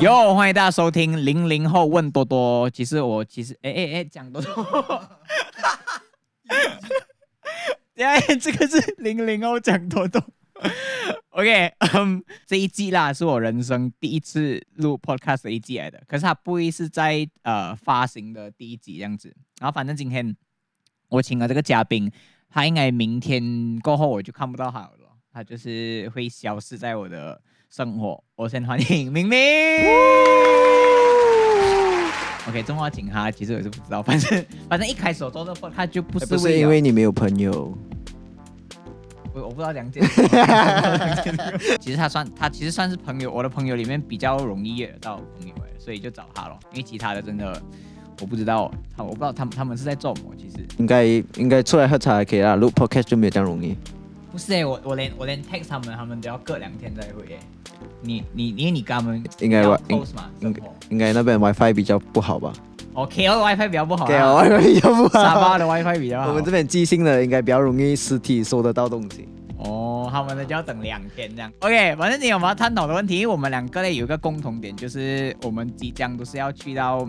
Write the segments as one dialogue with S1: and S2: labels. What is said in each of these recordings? S1: 哟，欢迎大家收听零零后问多多。其实我其实，哎哎哎，讲多多，哎，这个是零零后讲多多。OK，嗯、这一季啦是我人生第一次录 podcast 的一季来的，可是它不会是在呃发行的第一集这样子。然后反正今天我请了这个嘉宾，他应该明天过后我就看不到他了咯，他就是会消失在我的生活。我先欢迎明明。OK，中华警他其实我也是不知道，反正反正一开始我做这个 podcast 就不是
S2: 哎不是
S1: 了
S2: 因为你没有朋友，
S1: 我我不知道梁 姐我不知道梁姐。其实他算他其实算是朋友，我的朋友里面比较容易约得到的朋友欸，所以就找他咯。因为其他的真的我不知道，他我不知道他们他们是在做什么。其实
S2: 应该应该出来喝茶还可以啦，录 podcast 就没有这样容易。
S1: 不是哎、我我连我连 text 他们，他们都要隔两天再回哎、你你因为你跟他们
S2: 应该吧
S1: 比较 close 嘛，
S2: 应
S1: 生活
S2: 应该那边 WiFi 比较不好吧？
S1: 哦 K O WiFi 比较不好
S2: 对
S1: 啦，
S2: 啊，WiFi 比较不
S1: 沙啊
S2: 好。
S1: 巴的 WiFi 比较好。
S2: 我们这边寄信的应该比较容易实体收得到东西。
S1: 哦，他们的就要等两天这样。OK，反正今天我们要探讨的问题，我们两个呢有一个共同点，就是我们即将都是要去到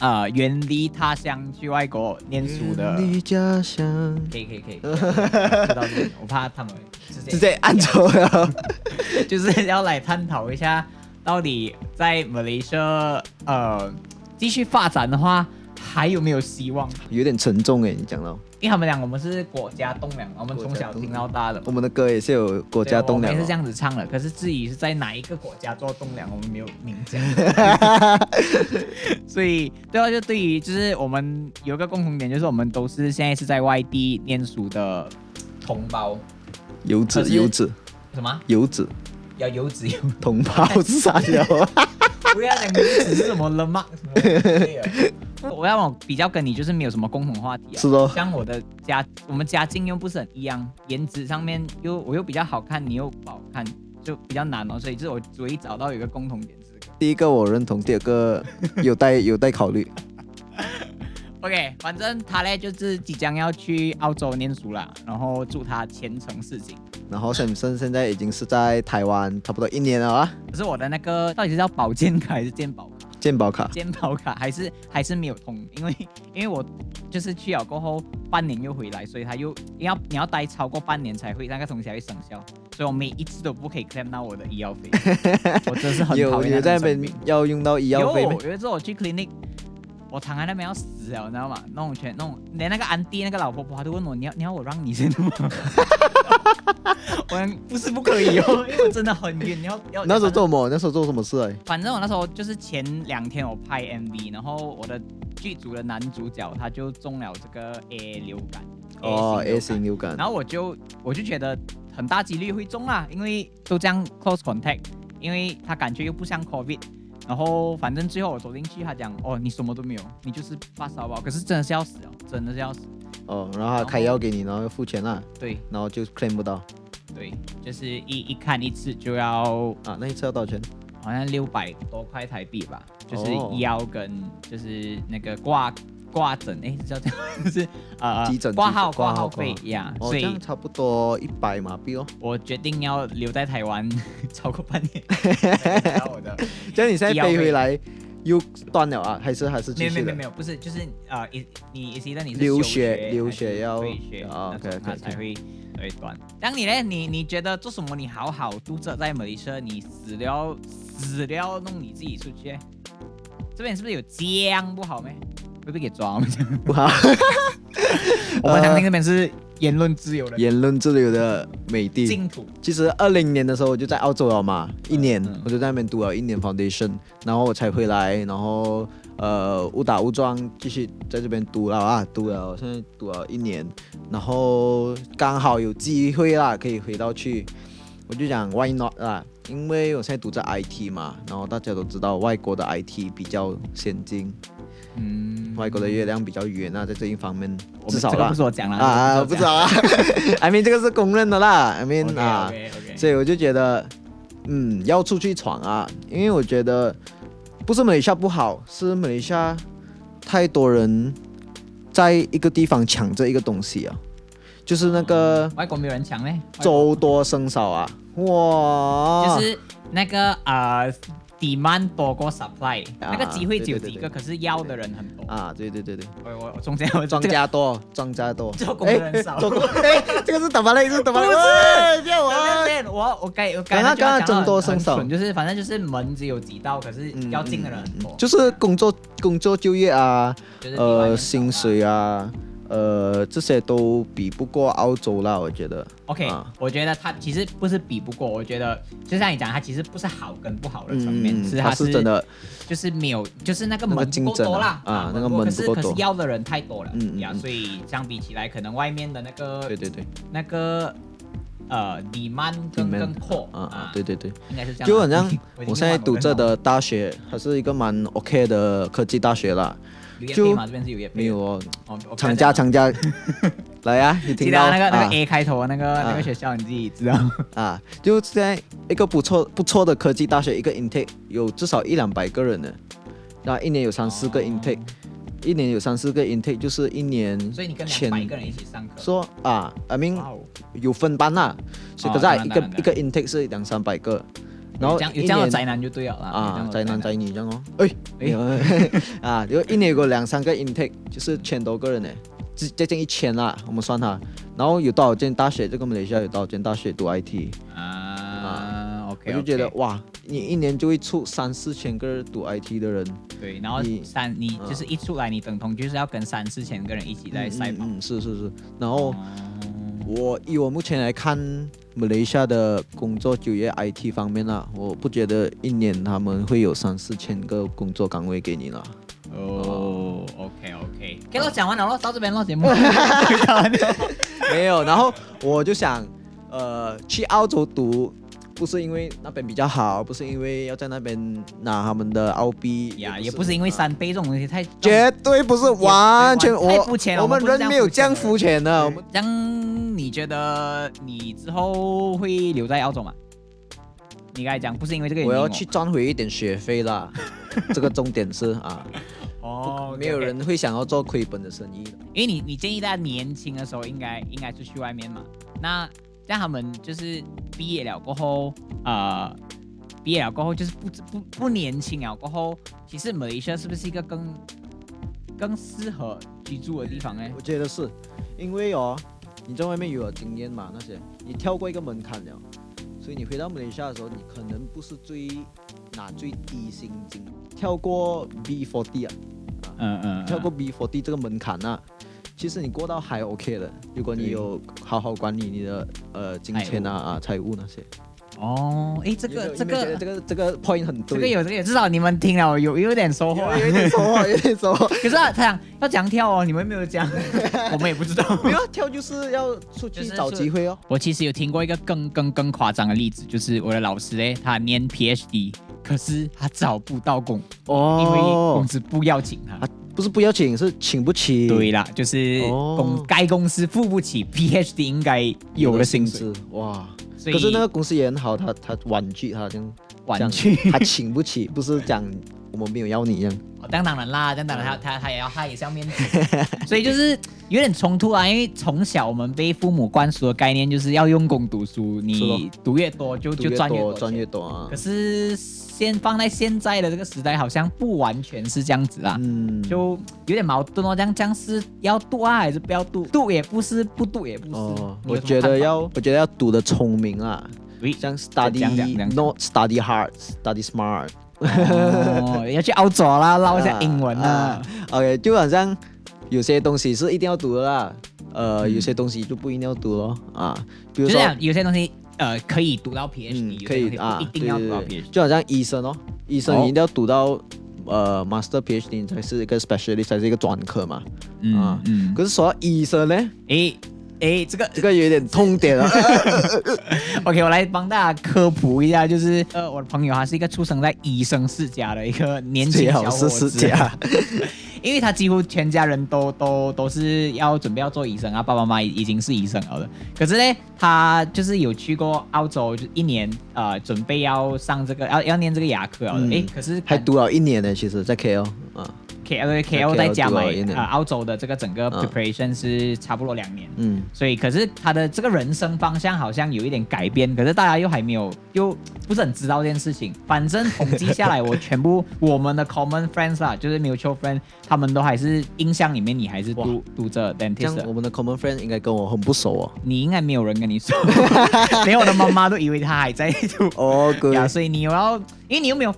S1: 呃远离他乡去外国念书的。
S2: 你家乡
S1: 可以可以可以，知道这个我怕他们直接
S2: 直接按走了。
S1: 就是要来探讨一下，到底在马来西亚呃继续发展的话，还有没有希望？
S2: 有点沉重哎，你讲到
S1: 因为他们俩我们是国家栋梁，我们从小听到大的嘛
S2: 我。们的歌也是有国家栋
S1: 对
S2: 梁
S1: 我们也
S2: 哦
S1: 是这，样子唱的。可是至于是在哪一个国家做栋梁，我们没有明 讲。所以，对啊，就对于就是我们有一个共同点，就是我们都是现在是在外地念书的同胞，
S2: 游
S1: 可
S2: 子
S1: 是
S2: 游子
S1: 什么
S2: 游子
S1: 要游 子游，
S2: 同胞是啥呀？
S1: 不要讲游子是什么了嘛？什么之类 的我要我比较跟你就是没有什么共同话题啊，
S2: 是咯
S1: 像我的家，啊我们家境又不是很一样，颜值上面又我又比较好看，你又不好看，就比较难哦。所以就是我唯一找到有一个共同点是这个。
S2: 第一个我认同，第二个有待有待考虑。
S1: OK，反正他嘞就是即将要去澳洲念书啦，然后祝他前程似锦。
S2: 然后 Samson 现在已经是在台湾差不多一年了啊，
S1: 可是我的那个到底是叫保健卡还是健保卡？
S2: 健保卡。
S1: 健保卡还是还是没有通，因为因为我就是去了过后半年又回来，所以他又你要你要待超过半年才会那个东西才会生效，所以我每一次都不可以 claim 到我的医药费，我真是很讨
S2: 有
S1: 厌啊那
S2: 有
S1: 种
S2: 在那
S1: 生病
S2: 边要用到医药费
S1: 有
S2: 吗？
S1: 有一次我去 clinic，我躺在那边要死了，你知道吗？那种全那种连那个安迪那个老婆婆她都问我，你要你要我让你先吗？我不是不可以哦， 因为我真的很晕，你要要
S2: 那时候做什么？那时候做什么事哎？
S1: 反正我那时候就是前两天我拍 MV，然后我的剧组的男主角他就中了这个 A 流感，
S2: 哦
S1: 流
S2: ，A
S1: 感
S2: 型流感。
S1: 哎然后我就我就觉得很大几率会中啦，因为都这样 close contact，因为他感觉又不像 COVID。然后反正最后我走进去，他讲哦，你什么都没有，你就是发烧吧。可是真的是要死哦，真的是要死。
S2: 哦，然后他开药给你，然后要付钱啦，
S1: 对
S2: 然后就 claim 不到
S1: 对，就是一一看一次就要
S2: 啊。那一次要多少钱？
S1: 好像六百多块台币吧，就是
S2: 哦
S1: 医药跟就是那个挂挂诊，哎，是叫这样，就是呃
S2: 急诊
S1: 挂号
S2: 急诊挂
S1: 挂
S2: 号
S1: 号费
S2: 挂
S1: 呀。
S2: 哦，
S1: 所
S2: 这
S1: 以
S2: 样差不多一百马币哦。
S1: 我决定要留在台湾 超过半 年，才能拿到我的
S2: 这样你现在
S1: 医药费
S2: 飞回来又断了啊？还是还是
S1: 没
S2: 继
S1: 有没
S2: 续
S1: 有没
S2: 的
S1: 有没？有，不是就是呃，一你一旦你是
S2: 留
S1: 休
S2: 学
S1: 学
S2: 留
S1: 还
S2: 学
S1: 是
S2: 要
S1: 退学
S2: 啊
S1: 那种
S2: OK，OK，
S1: 它
S2: OK
S1: 才会会短。当你呢，你你觉得做什么你好好读者在马来西亚，你死了死了弄你自己出去，这边是不是有姜不好咩？会被给抓我们讲？
S2: 不好，
S1: 我们相信那边是言论自由的
S2: 言论自由的美帝。
S1: 净土。
S2: 其实二零年的时候我就在澳洲了嘛，一年、
S1: 嗯
S2: 我就在那边读了一年 foundation，然后我才回来，然后呃误打误撞继续在这边读了啊，读了我现在读了一年，然后刚好有机会啦，可以回到去，我就想 why not 啦，因为我现在读在 IT 嘛，然后大家都知道外国的 IT 比较先进，
S1: 嗯，
S2: 外国的月亮比较圆啊，在这一方面
S1: 我们
S2: 至少
S1: 这个
S2: 啦
S1: 不嗯是我讲了
S2: 啊啊不知道啊 ，I mean 这个是公认的啦，I mean 啊。
S1: OK OK，
S2: 所以我就觉得，嗯，要出去闯啊，因为我觉得不是马来西亚不好，是马来西亚太多人在一个地方抢这一个东西啊，就是那个
S1: 外国没有人抢嘞，外国
S2: 粥多生少啊，哇，
S1: 就是那个呃， demand 多过 supply，、
S2: 啊
S1: 那个机会只有
S2: 对对
S1: 几
S2: 对
S1: 个，可是要的人很多。
S2: 啊，对对对对，
S1: 我我我中间我
S2: 庄
S1: 这个
S2: 家多，庄家多，
S1: 做工的人
S2: 哎
S1: 少
S2: 做工 哎，这个是打发类，这是打发类，
S1: 不是
S2: 喂不要玩。
S1: 对对对我我该我刚
S2: 刚刚
S1: 就要讲到
S2: 增多
S1: 很
S2: 生少
S1: 很蠢就是反正就是门只有几道，可是
S2: 嗯
S1: 要进的人很
S2: 嗯
S1: 多，
S2: 就是工作、工作就业啊，
S1: 就是地方
S2: 呃，
S1: 很少啊
S2: 薪。水啊，呃，这些都比不过澳洲啦，我觉得。
S1: OK，
S2: 啊
S1: 我觉得它其实不是比不过，我觉得就像你讲，它其实不是好跟不好的层面，
S2: 嗯，
S1: 是
S2: 它
S1: 它
S2: 是真的，
S1: 就是没有，就是那个
S2: 那个
S1: 门不
S2: 竞
S1: 够
S2: 争
S1: 多啦
S2: 啊啊那个
S1: 不
S2: 门
S1: 可
S2: 不
S1: 是
S2: 够
S1: 可是
S2: 多
S1: 要的人太多了，
S2: 嗯嗯
S1: 呀，
S2: 嗯
S1: 所以相比起来，可能外面的那个
S2: 对对对，
S1: 那个呃 demand 更
S2: Demand，
S1: 更阔
S2: 啊啊，对，对对，
S1: 应该是这样的。
S2: 就好 像
S1: 已经
S2: 我现在
S1: 忘了
S2: 读这
S1: 跟
S2: 的大学，它是一个蛮 OK 的科技大学啦，
S1: 有业
S2: 就
S1: 配吗？这边是有业配的
S2: 没有哦，
S1: 哦，我
S2: 厂家
S1: 看
S2: 厂家，来啊，你
S1: 记
S2: 听
S1: 得
S2: 到
S1: 啊那个那
S2: 啊
S1: 个 A 开头的那个那个
S2: 啊
S1: 学校，你自己知道。
S2: 啊，就现在一个不错不错的科技大学，一个 intake 有至少一两百个人呢，然后一年有三四
S1: 哦
S2: 个 intake，一年有三四个 intake 就是一年
S1: 所以你跟两
S2: 前
S1: 百个人一起上课。
S2: 说啊，I mean
S1: 哇哦，
S2: 有分班啦，所以
S1: 哦
S2: 可是
S1: 当
S2: 啊
S1: 然
S2: 一个
S1: 当然
S2: 一个 intake 是两三百个，
S1: 有
S2: 然后
S1: 这样有
S2: 一
S1: 这样的
S2: 年
S1: 宅男就对了啦
S2: 啊
S1: 有这
S2: 宅
S1: 样的
S2: 男
S1: 宅
S2: 宅女这样哦，哎哎 啊，就一年有个两三个 intake 就是千多个人呢，接接近一千啦，我们算它，然后有多少间大学？这个马来西亚有多少间大学读 IT？
S1: 男啊
S2: 我
S1: ，OK，
S2: 就觉得哇，你一年就会出三四千个读 IT 的人，
S1: 对，然后
S2: 你
S1: 三你
S2: 啊
S1: 就是一出来，你等同就是要跟三四千个人一起在赛跑。
S2: 嗯嗯，嗯嗯是是是。然后
S1: 哦
S2: 我以我目前来看，马来西亚的工作就业 IT 方面啦，我不觉得一年他们会有三四千个工作岗位给 你啦。
S1: 哦，OK OK，给我讲完了咯，到这边咯，节目 讲完了。
S2: 没有，然后我就想，呃，去澳洲读。不是因为那边比较好，不是因为要在那边拿他们的澳币，
S1: 呀，也不是因为
S2: 啊
S1: 三杯这种东西太
S2: 绝对不是完全我
S1: 太肤浅了
S2: 我们
S1: 我们不是
S2: 人没有这样肤浅的，我们
S1: 这样你觉得你之后会留在澳洲吗？你刚才讲不是因为这个原
S2: 我
S1: 因哦，
S2: 要去赚回一点学费啦。这个重点是啊，
S1: 哦，OK，OK，
S2: 没有人会想要做亏本的生意的。
S1: 因为你你建议大家年轻的时候应该应该出去外面嘛，那让他们就是毕业了过后，呃，毕业了过后就是不不不年轻了过后，其实马来西亚是不是一个更更适合居住的地方呢？
S2: 我觉得是，因为哦，你在外面有了经验嘛，那些你跳过一个门槛了，所以你回到马来西亚的时候，你可能不是最拿最低薪金，跳过 B forty 啊，
S1: 嗯嗯，
S2: 跳过 B forty 这个门槛啊。其实你过到还 OK 的，如果你
S1: 对
S2: 有好好管理你的呃金钱啊啊财务那些。
S1: 哦，诶，这
S2: 有没
S1: 个
S2: 有
S1: 这
S2: 有没有觉得
S1: 个
S2: 这个这个 point 很对，
S1: 这个有这个有，至少你们听了有有点收获啊。
S2: 有有一点收获，有一点收获。
S1: 可是啊他想要讲跳哦，你们没有 讲，我们也不知道。
S2: 不要啊跳就是要出去找机会哦。
S1: 我其实有听过一个更更更夸张的例子，就是我的老师嘞，他念 PhD，可是他找不到工，因为公，司不邀请他。
S2: 哦啊不是不要请，是请不起。
S1: 对啦，就是
S2: 哦
S1: 公、该公司付不起 PhD 应该有的薪水，
S2: 资哇！
S1: 所以
S2: 可是那个公司也很好，他他婉拒，他这样
S1: 婉拒
S2: 这样他请不起，不是讲我们没有要你一样。
S1: 哦，当当然啦，当当然
S2: 嗯
S1: 他他他也要他也是要面子， 所以就是有点冲突啊，因为从小我们被父母灌输的概念就是要用功读书，
S2: 是咯
S1: 你读越多就就
S2: 读
S1: 赚越
S2: 多
S1: 多
S2: 赚
S1: 钱
S2: 越多啊
S1: 可！是现放在现在的这个时代，好像不完全是这样子啦，
S2: 嗯，
S1: 就有点矛盾哦。这样这样是要度啊，还是不要度？度也不是，不度也不是。
S2: 哦，
S1: 你有
S2: 我
S1: 什么
S2: 觉
S1: 看
S2: 得
S1: 法
S2: 要我觉得要读的聪明啊，
S1: 喂
S2: 像
S1: 讲讲
S2: study
S1: 讲
S2: not study hard study smart。
S1: 哦，要去澳洲啦，捞一下英文啊
S2: 啊。OK，就好像有些东西是一定要读的啦，呃，有些东西就不一定要读咯啊，
S1: 嗯就
S2: 比如
S1: 是
S2: 说
S1: 这，样，有些东西呃可以读到 PhD，、
S2: 嗯，
S1: 有
S2: 可
S1: 些东
S2: 以
S1: 西
S2: 啊
S1: 不一，定
S2: 对
S1: 要读到
S2: 对
S1: PhD
S2: 对，。就好像医生哦，医生
S1: 哦
S2: 你一定要读到呃 master PhD 你才是一个 specialist，才是一个专科嘛。
S1: 嗯
S2: 啊
S1: 嗯。
S2: 可是说到医生呢，
S1: 诶诶，这个
S2: 这个有点痛点 啊了，
S1: OK，我来帮大家科普一下，就是呃，我的朋友他是一个出生在医生世家的一个年轻
S2: 最
S1: 小伙
S2: 好
S1: 子，啊
S2: 是世家。
S1: 因为他几乎全家人都都都是要准备要做医生啊，爸爸妈妈已已经是医生了的。可是呢，他就是有去过澳洲，就一年呃，准备要上这个要要念这个牙科了的。
S2: 嗯
S1: 诶，可是
S2: 还
S1: 感
S2: 读了一年呢，其实在 KL 啊，
S1: K L K L
S2: KL
S1: 在加买
S2: 读了一年
S1: 呃澳洲的这个整个
S2: 嗯
S1: preparation 是差不多两年，
S2: 嗯，
S1: 所以可是他的这个人生方向好像有一点改变，可是大家又还没有又不是很知道这件事情。反正统计下来，我全部 我们的 common friends 啦，就是 mutual friend，他们都还是印象里面你还是读读着
S2: 这样
S1: dentist
S2: 我
S1: 的。
S2: 们的 common friend 应该跟我很不熟哦。
S1: 你应该没有人跟你说， 连我的妈妈都以为他还在 读
S2: 哦，哥
S1: 呀，啊所以你要，因为你又没有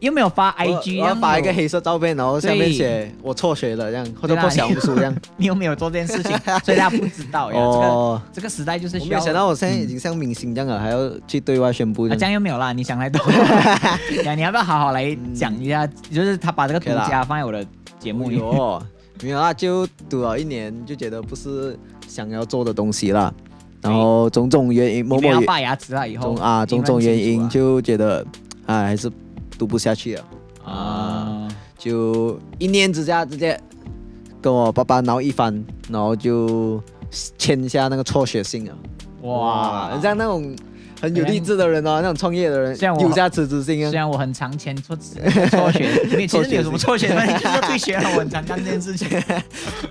S1: 又没有发 IG，
S2: 我要发一个
S1: 然后
S2: 黑色照片，然后下面
S1: 对
S2: 写我辍学了这样，或者
S1: 对啦
S2: 破小红书这样。
S1: 你又没有做这件事 情，所以大家不知道呀。啊这个
S2: 哦，
S1: 这个时代就是
S2: 我
S1: 需
S2: 没
S1: 要
S2: 有。想到我现在已经像明星这
S1: 嗯
S2: 样了，还要去对外宣布
S1: 啊，
S2: 这
S1: 这样
S2: 样。
S1: 又没有啦，你想 太多。哎呀，你要不要好好来讲一下？就是他把这个独
S2: OK 啦
S1: 家放在我的节目里。
S2: 哦，没有啦，就读了一年就觉得不是想要做的东西啦，然后种种原因，某
S1: 你
S2: 某
S1: 们要
S2: 原
S1: 拔牙齿啊，以后
S2: 种啊种种原因就觉得，哎，还是读不下去了，
S1: 啊
S2: 啊，就一念之下直接跟我爸爸闹一番，然后就签下那个辍学信啊。
S1: 哇，
S2: 很像那种很有励志的人哦，那种创业的人
S1: 像我，
S2: 有下辞职心
S1: 虽
S2: 啊。
S1: 然我很常前辍 辍学，因为其实你有什么辍学 吗？你就是退学啊了，我很常干这件事情。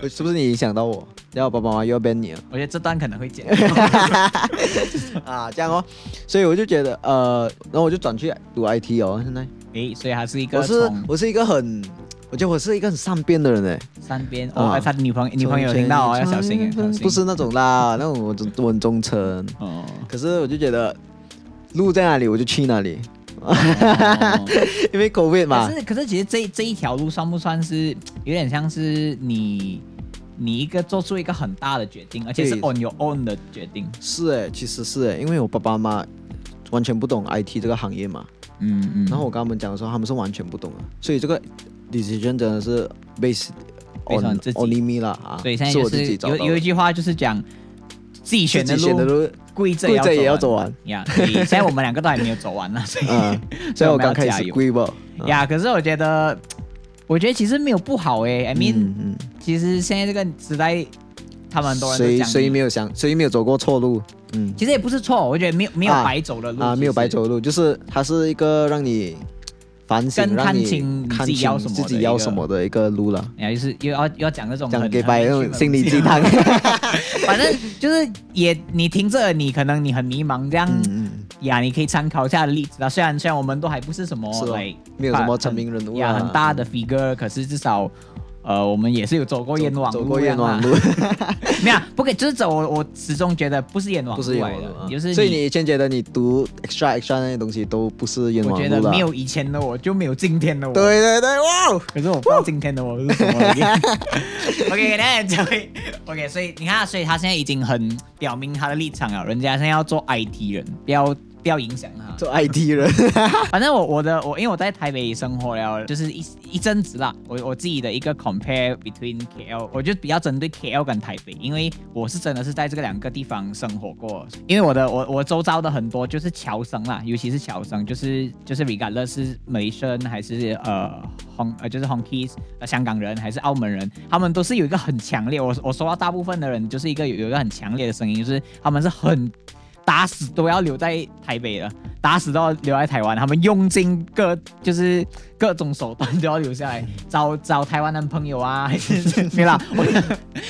S2: 是不是你影响到我？然后爸爸妈妈又要 ban 你了
S1: 我觉得这段可能会剪。
S2: 啊？这样哦，所以我就觉得呃，然后我就转去读 IT 哦。现在
S1: 诶，所以还是一个
S2: 我是
S1: 从
S2: 我是一个很，我觉得我是一个很善变的人哎。
S1: 三边
S2: 啊
S1: 哦，他的女朋友女朋友听到哦，要小心哎，小心。
S2: 嗯不是那种啦，那种我忠我很忠诚。
S1: 哦，
S2: 可是我就觉得路在哪里我就去哪里，
S1: 哦
S2: 因为 COVID 嘛
S1: 可。是可是其实这这一条路算不算是有点像是你你一个做出一个很大的决定，而且是
S2: 对
S1: on your own 的决定。
S2: 是哎，其实是哎，因为我爸爸妈妈完全不懂 IT 这个行业嘛。
S1: 嗯嗯。
S2: 然后我跟他们讲的时候，他们是完全不懂的，所以这个 decision 真的是 based
S1: Based on
S2: on
S1: 自己
S2: only me 啦啊，
S1: 所以现在
S2: 是
S1: 就
S2: 我自
S1: 是
S2: 己找到
S1: 有
S2: 的
S1: 有一句话就是讲自己选的
S2: 自己选的
S1: 路，
S2: 路，
S1: 跪着
S2: 跪着也要走
S1: 走
S2: 完，
S1: 呀。所以现在我们两个都还没有走完呢，所以
S2: 嗯，所以我刚开
S1: 加
S2: 始
S1: 油
S2: 跪吧，啊
S1: 呀。可是我觉得，我觉得其实没有不好诶。I mean，
S2: 嗯
S1: 其实现在这个时代，他们很多
S2: 嗯，
S1: 人都
S2: 谁
S1: 讲
S2: 谁
S1: 你
S2: 没有想，谁没有走过错路，嗯
S1: 其实也不是错，我觉得没有没有
S2: 啊
S1: 白走的路
S2: 啊，没有
S1: 其实
S2: 白走的路，就是它是一个让你反省，
S1: 更看
S2: 让你
S1: 清你
S2: 看
S1: 自己要什么的
S2: 自己
S1: 一
S2: 要
S1: 个
S2: 什么的一个路了，
S1: 然后哎就是又要又要讲那种
S2: 讲
S1: 很
S2: 给
S1: 很
S2: 白
S1: 委
S2: 那
S1: 屈
S2: 种
S1: 的
S2: 心
S1: 东
S2: 灵
S1: 西啊
S2: 鸡汤，嗯
S1: 反正就是也你听着，你可能你很迷茫这样、
S2: 嗯嗯，
S1: 呀，你可以参考一下例子啊。虽然虽然我们都还不是什么
S2: 是
S1: l
S2: 咯
S1: i
S2: 没有什么成名人物
S1: 呀
S2: 啊，
S1: 很大的 figure，可是至少呃我们也是有走过
S2: 走
S1: 冤枉路
S2: 走过冤枉
S1: 这样
S2: 路。
S1: 啊， 没有啊不可以，就是走我我始终觉得不是冤枉
S2: 不
S1: 路哎
S2: 是冤
S1: 来
S2: 枉路
S1: 的，
S2: 啊，
S1: 就是
S2: 所以你以前觉得你读 extra extra 那些东西都不是冤
S1: 我
S2: 枉
S1: 觉
S2: 路
S1: 得
S2: 啦
S1: 没。有以前的我就没有今天的我。
S2: 对对对，哇哦！
S1: 可是我不知道今天的我是什 么来的。OK，那这位 OK，所以你看，啊所以他现在已经很表明他的立场了，人家现在要做 IT 人，不要不要影响他。
S2: 做 IT 人，
S1: 反正我我的我，因为我在台北生活了，就是一一阵子啦。我我自己的一个 compare between KL，我就比较针对 KL 跟台北，因为我是真的是在这个两个地方生活过。因为我的我我周遭的很多就是侨生啦，尤其是侨生，就是就是 regardless 是 Malaysian 还是呃 Hong 呃就是 Hongkies 呃香港人还是澳门人，他们都是有一个很强烈，我我说到大部分的人就是一个有有一个很强烈的声音，就是他们是很打死都要留在台北的，打死都要留在台湾，他们用尽各就是各种手段都要留下来，找找台湾男朋友啊，还是 没啦，我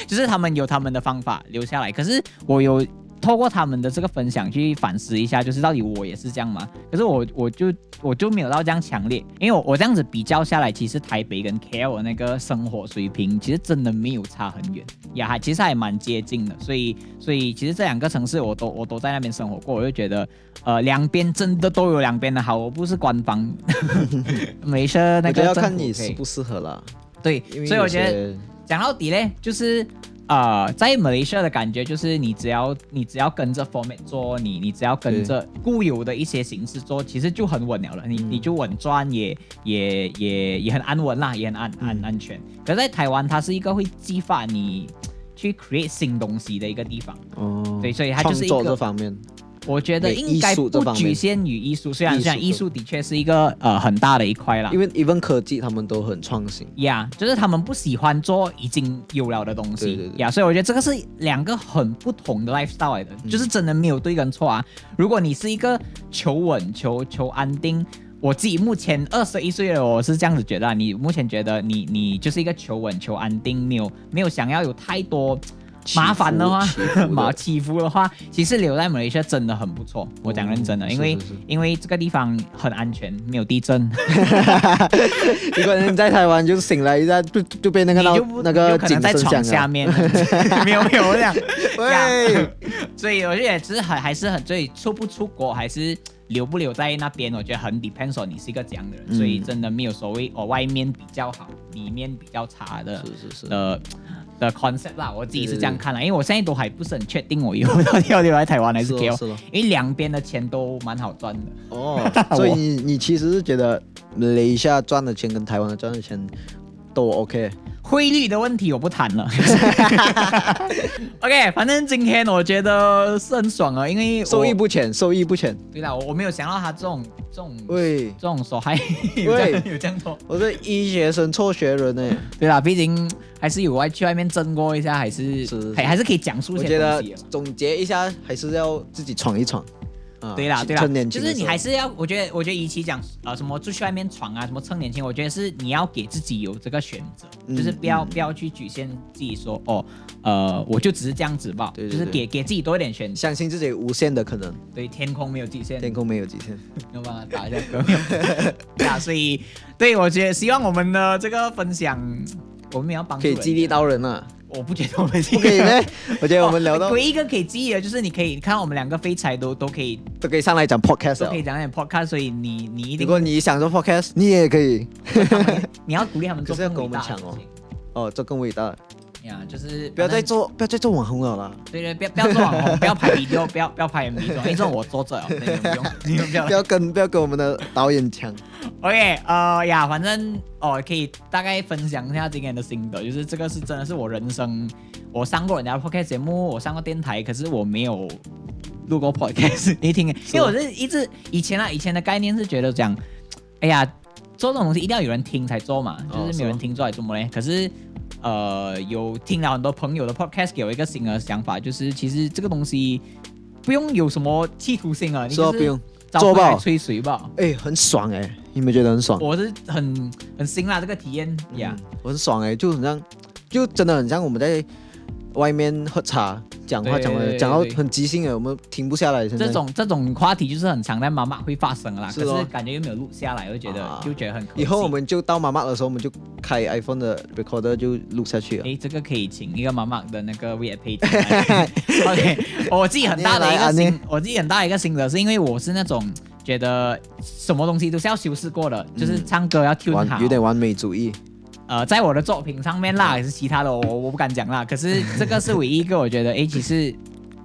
S1: 就是他们有他们的方法留下来，可是我有。透过他们的这个分享去反思一下，就是到底我也是这样吗？可是我我就我就没有到这样强烈，因为我我这样子比较下来，其实台北跟 KL 的那个生活水平其实真的没有差很远，也还其实还蛮接近的，所以所以其实这两个城市我都我都在那边生活过，我就觉得呃两边真的都有两边的好，我不是官方， 没事 那个
S2: 我觉得要
S1: 政
S2: 看
S1: 府
S2: 你
S1: 可以
S2: 适不适合啦。
S1: 对
S2: 因，为
S1: 所以我
S2: 有
S1: 觉得
S2: 些
S1: 讲到底嘞，就是呃，在马来西亚的感觉就是你只要你只要跟着 format 做，你你只要跟着固有的一些形式做，其实就很稳了了，你、
S2: 嗯
S1: 你就稳赚也也也也很安稳啦，也很安安、
S2: 嗯
S1: 安全。可在台湾，它是一个会激发你去 create 新东西的一个地方。
S2: 哦，
S1: 对所以它就是一个
S2: 创作这方面，
S1: 我觉得应该
S2: 对艺术这
S1: 不
S2: 方面
S1: 局限于艺术，虽然
S2: 艺术
S1: 虽然艺
S2: 这
S1: 术的确是一个呃很大的一块啦
S2: 因。为 even 科技他们都很创新。
S1: 呀就是他们不喜欢做已经有了的东
S2: 对
S1: 西
S2: 对对
S1: 呀所以我觉得这个是两个很不同的 lifestyle 来的，
S2: 嗯
S1: 就是真的没有对跟错啊。如果你是一个求稳、求求安定，我自己目前二十一岁了，我是这样子觉得啊。你目前觉得你你就是一个求稳、求安定，没有没有想要有太多
S2: 起
S1: 麻烦的
S2: 伏
S1: 话
S2: 起伏，的
S1: 麻 起伏的话，其实留在马来西亚真的很不错。我讲认真的，
S2: 嗯
S1: 因为
S2: 是是是
S1: 因为这个地方很安全，没有地震，
S2: 一个人在台湾就醒来一下，就就被那个
S1: 你
S2: 闹
S1: 就不
S2: 那
S1: 有
S2: 个啊
S1: 可
S2: 警
S1: 能在
S2: 声
S1: 床下
S2: 响了。
S1: 面， 没有没有这样。
S2: 喂，
S1: 所以我觉得只是很还是很，所以出不出国还是留不留在那边，我觉得很 depends on 你是一个怎样的人，
S2: 嗯
S1: 所以真的没有所谓哦，外面比较好，里面比较差的
S2: 是是是，
S1: 的的 concept 啦，我自己是这样看啦，因为我现在都还不是很确定我以后 到底要留在台湾还是
S2: 咯
S1: KL，
S2: 是咯。
S1: 因为两边的钱都蛮好赚的，
S2: 哦，所以你你其实是觉得马来西亚赚的钱跟台湾的赚的钱都 OK，
S1: 汇率的问题我不谈 了。OK，反正今天我觉得是很爽啊，因为我
S2: 受益不浅，受益不浅。
S1: 对啦，我我没有想到他这种这种
S2: 喂
S1: 这，种手还有这样
S2: 喂
S1: 有这样多。
S2: 我是医学生辍学 人呢，
S1: 对啦，毕竟还是有外去外面挣过一下，还是
S2: 是是
S1: 还还是可以讲述
S2: 我
S1: 一
S2: 觉
S1: 些
S2: 得
S1: 东西啊的嘛。
S2: 总结一下，还是要自己闯一闯。啊
S1: 对啦，对啦
S2: 趁年，
S1: 就
S2: 轻的
S1: 是你
S2: 时候
S1: 还是要，我觉得，我觉得，与其讲呃什么出去外面闯啊，什么趁年轻，我觉得是你要给自己有这个选择，
S2: 嗯
S1: 就是不要、
S2: 嗯
S1: 不要去局限自己说哦，呃，我就只是这样子吧，
S2: 对对
S1: 就是
S2: 对
S1: 给给自己多一点选择。
S2: 相信自己无限的可能，
S1: 对，天空没有极限，
S2: 天空没有极限。
S1: 能帮他打一下歌。 对啊，所以对我觉得希望我们的这个分享，我们也要帮助
S2: 可以
S1: 人
S2: 激励
S1: 家。
S2: 到人 啊，
S1: 我不觉得我们
S2: 不可以呢？我觉得我 们聊到
S1: 唯一一个可以激励的，就是你可以你看我们两个废柴都都可以
S2: 都可以上来讲 podcast
S1: 都可以
S2: 了。
S1: 讲点 podcast，所以你你一
S2: 如
S1: 定
S2: 果啊你想做 podcast，你也可以
S1: 你要鼓励他们做
S2: 可是要
S1: 更
S2: 跟
S1: 伟
S2: 我们
S1: 大的
S2: 抢
S1: 事
S2: 哦
S1: 情。
S2: 哦，做更伟大的，
S1: 呀，就是
S2: 不要再
S1: 反正
S2: 做不要再做网红了啦，
S1: 对对，不要不要做网红，不要拍 video，不要不要拍 MV 这种，因为这种我做这哦，所以你们 不用你们不要
S2: 不。要跟不要跟我们的导演抢。
S1: 啊 OK，呃呀，反正哦，可以大概分享一下今天的心得，就是这个是真的是我人生，我上过人家 podcast 节目，我上过电台，可是我没有录过 podcast，你 听，因为我是一直以前啊，以前的概念是觉得讲，哎呀，做这种东西一定要有人听才做嘛，
S2: 哦
S1: 就是没有人听做来做么嘞？可是。呃，有听了很多朋友的 podcast，给我一个新的想法，就是其实这个东西不用有什么企图心啊，你
S2: 说
S1: 就
S2: 不
S1: 是
S2: 用，
S1: 找
S2: 做
S1: 朋友
S2: 吧
S1: 来吹水吧。
S2: 哎，很爽哎，你们觉得很爽？
S1: 我是很很新啦，这个体验呀
S2: 嗯，我很爽哎、就很像，就真的很像我们在外面喝茶讲话
S1: 对
S2: 讲
S1: 对
S2: 的讲到
S1: 对对
S2: 很即兴哎，我们停不下来。现在
S1: 这种这种话题就是很常在妈妈会发生啦，
S2: 是
S1: 可
S2: 咯
S1: 是感觉又没有录下来，我就觉得、
S2: 啊
S1: 就觉得很可惜。
S2: 以后我们就到妈妈的时候，我们就开 iPhone 的 recorder 就录 下去了。
S1: 诶，这个可以请一个妈妈的那个 VIP 配 置来。OK，我自己很大的一个
S2: 啊你也来啊
S1: 心，我自己很大的一个心得是因为我是那种觉得什么东西都是要修饰过的，就是唱歌要 tune 好
S2: 嗯完，有点完美主义，
S1: 呃，在我的作品上面啦，
S2: 嗯
S1: 还是其他的，我我不敢讲 啦。可是这个是唯一一个我觉得，诶，其实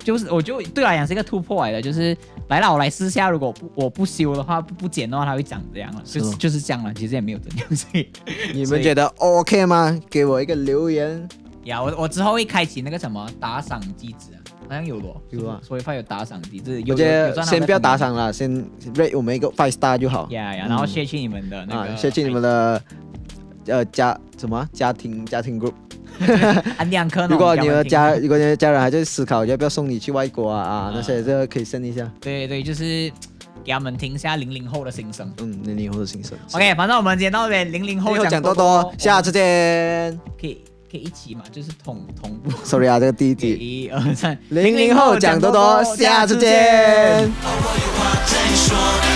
S1: 就是我就对我来讲是一个突破来的，就是来啦，我来试下，如果不我不修的话，不不剪的话，它会长这样了，就是
S2: 是哦
S1: 就是这样了。其实也没有怎样，所以
S2: 你
S1: 所
S2: 们
S1: 以
S2: 觉得 OK 吗？给我一个留言。
S1: 呀，我我之后会开启那个什么打赏机制啊，好像有咯，
S2: 有啊
S1: 所以会有打赏机制，有
S2: 我觉得先不要打。
S1: 有有赚到再分享
S2: 赏了，先 rate 我们一个 five star 就好。
S1: 呀呀，然后
S2: 嗯
S1: 谢谢你们的那
S2: 啊，
S1: 个，
S2: 谢谢你们的呃家什么家庭家庭 group。
S1: 安两颗那种
S2: 如果你
S1: 标
S2: 的
S1: 本
S2: 家，
S1: 听
S2: 如果你的家人还在思考要不要送你去外国啊啊，那
S1: 啊
S2: 些这可以剩一下，
S1: 对对，就是给他们听一下零零后的心声。
S2: 嗯，零零后的心声。
S1: OK，反正我们今天到这边，零零后
S2: 后讲
S1: 讲
S2: 多
S1: 多
S2: 多，，下次见。
S1: 可以可以一起嘛，就是同同步。
S2: Sorry 啊，这个第一集。
S1: 一二三，
S2: 零零后讲多多，下次见。
S3: 我有话在说。